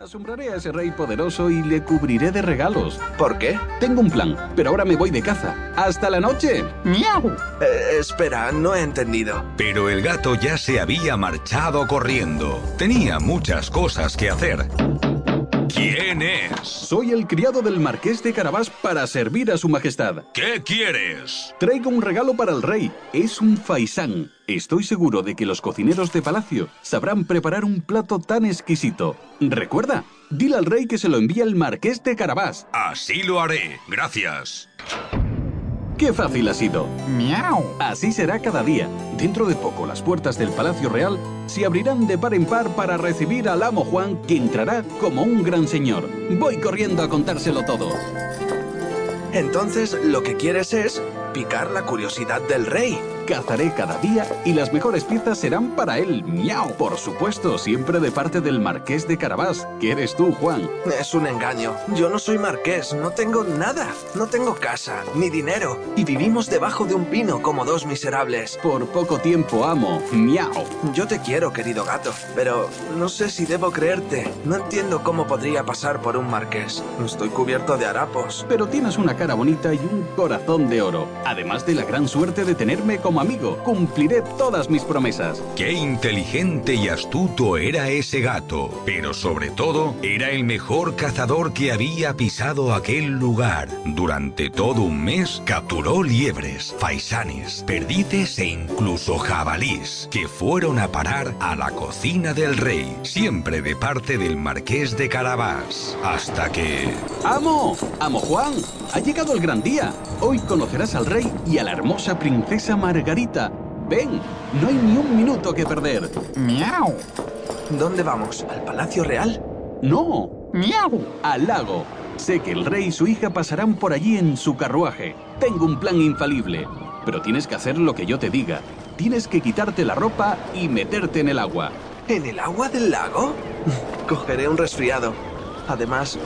Asombraré a ese rey poderoso y le cubriré de regalos. ¿Por qué? Tengo un plan, pero ahora me voy de caza. ¡Hasta la noche! ¡Miau! Eh, espera, no he entendido. Pero el gato ya se había marchado corriendo. Tenía muchas cosas que hacer. ¿Quién es? Soy el criado del marqués de Carabás para servir a su majestad. ¿Qué quieres? Traigo un regalo para el rey. Es un faisán. Estoy seguro de que los cocineros de palacio sabrán preparar un plato tan exquisito. Recuerda, dile al rey que se lo envía el marqués de Carabás. Así lo haré. Gracias. ¡Qué fácil ha sido! ¡Miau! Así será cada día. Dentro de poco las puertas del Palacio Real se abrirán de par en par para recibir al amo Juan, que entrará como un gran señor. Voy corriendo a contárselo todo. Entonces, lo que quieres es picar la curiosidad del rey. Cazaré cada día y las mejores piezas serán para él. ¡Miau! Por supuesto, siempre de parte del Marqués de Carabás, que eres tú, Juan. Es un engaño. Yo no soy marqués, no tengo nada. No tengo casa, ni dinero. Y vivimos debajo de un pino como dos miserables. Por poco tiempo, amo. ¡Miau! Yo te quiero, querido gato, pero no sé si debo creerte. No entiendo cómo podría pasar por un marqués. Estoy cubierto de harapos. Pero tienes una cara bonita y un corazón de oro. Además de la gran suerte de tenerme como amigo, cumpliré todas mis promesas. Qué inteligente y astuto era ese gato, pero sobre todo era el mejor cazador que había pisado aquel lugar. Durante todo un mes capturó liebres, faisanes, perdices e incluso jabalís, que fueron a parar a la cocina del rey, siempre de parte del marqués de Carabás. Hasta que... ¡Amo! ¡Amo Juan! Ha llegado el gran día. Hoy conocerás al rey y a la hermosa princesa Margarita. Margarita. Ven, no hay ni un minuto que perder. ¡Miau! ¿Dónde vamos? ¿Al Palacio Real? No. ¡Miau! Al lago. Sé que el rey y su hija pasarán por allí en su carruaje. Tengo un plan infalible. Pero tienes que hacer lo que yo te diga. Tienes que quitarte la ropa y meterte en el agua. ¿En el agua del lago? Cogeré un resfriado. Además,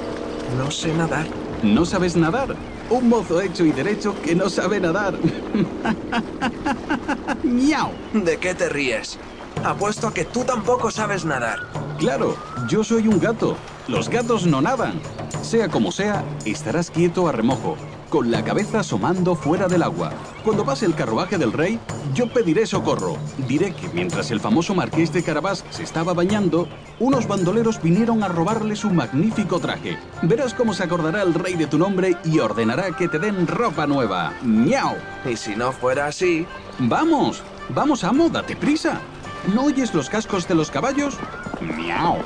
no sé nadar. ¿No sabes nadar? Un mozo hecho y derecho que no sabe nadar. ¡Miau! ¿De qué te ríes? Apuesto a que tú tampoco sabes nadar. Claro, yo soy un gato. Los gatos no nadan. Sea como sea, estarás quieto a remojo, con la cabeza asomando fuera del agua. Cuando pase el carruaje del rey, yo pediré socorro. Diré que mientras el famoso marqués de Carabás se estaba bañando, unos bandoleros vinieron a robarle su magnífico traje. Verás cómo se acordará el rey de tu nombre y ordenará que te den ropa nueva. ¡Miau! Y si no fuera así, ¡Vamos! ¡Vamos, amo! ¡Date prisa! ¿No oyes los cascos de los caballos? ¡Miau!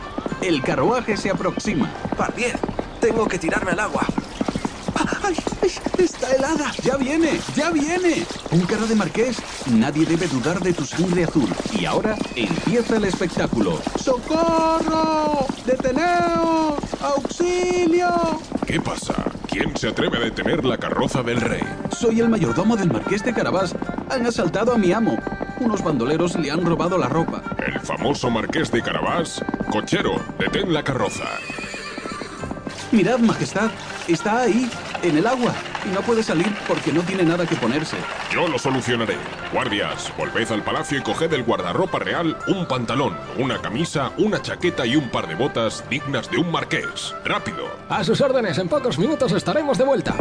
El carruaje se aproxima. par 10. Tengo que tirarme al agua. Ah, ¡Ay! ay, ¡Está helada! ¡Ya viene! ¡Ya viene! Un cara de marqués. Nadie debe dudar de tu sangre azul. Y ahora empieza el espectáculo. ¡Socorro! ¡Deteneos! ¡Auxilio! ¿Qué pasa? ¿Quién se atreve a detener la carroza del rey? Soy el mayordomo del marqués de Carabás. Han asaltado a mi amo. Unos bandoleros le han robado la ropa. El famoso marqués de Carabás. Cochero, detén la carroza. Mirad, Majestad, está ahí, en el agua, y no puede salir porque no tiene nada que ponerse. Yo lo solucionaré. Guardias, volved al palacio y coged del guardarropa real un pantalón, una camisa, una chaqueta y un par de botas dignas de un marqués. ¡Rápido! A sus órdenes, en pocos minutos estaremos de vuelta.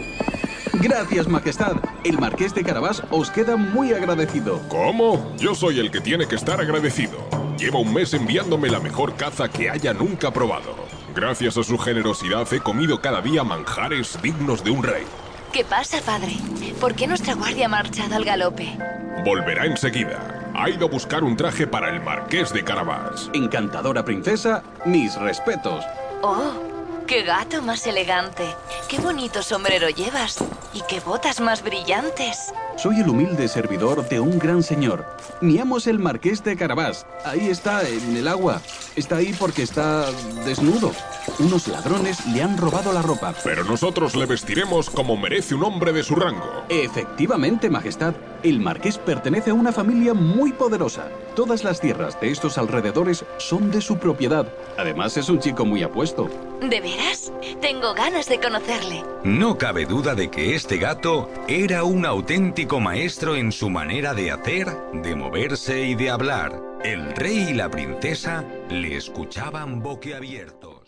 Gracias, Majestad. El marqués de Carabás os queda muy agradecido. ¿Cómo? Yo soy el que tiene que estar agradecido. Lleva un mes enviándome la mejor caza que haya nunca probado. Gracias a su generosidad he comido cada día manjares dignos de un rey. ¿Qué pasa, padre? ¿Por qué nuestra guardia ha marchado al galope? Volverá enseguida. Ha ido a buscar un traje para el marqués de Carabás. Encantadora princesa, mis respetos. ¡Oh! ¡Qué gato más elegante! ¡Qué bonito sombrero llevas! ¡Y qué botas más brillantes! Soy el humilde servidor de un gran señor. Mi amo es el marqués de Carabás. Ahí está, en el agua. Está ahí porque está desnudo. Unos ladrones le han robado la ropa. Pero nosotros le vestiremos como merece un hombre de su rango. Efectivamente, Majestad, el marqués pertenece a una familia muy poderosa. Todas las tierras de estos alrededores son de su propiedad. Además, es un chico muy apuesto. ¿De veras? Tengo ganas de conocerle. No cabe duda de que este gato era un auténtico maestro en su manera de hacer, de moverse y de hablar. El rey y la princesa le escuchaban boquiabiertos.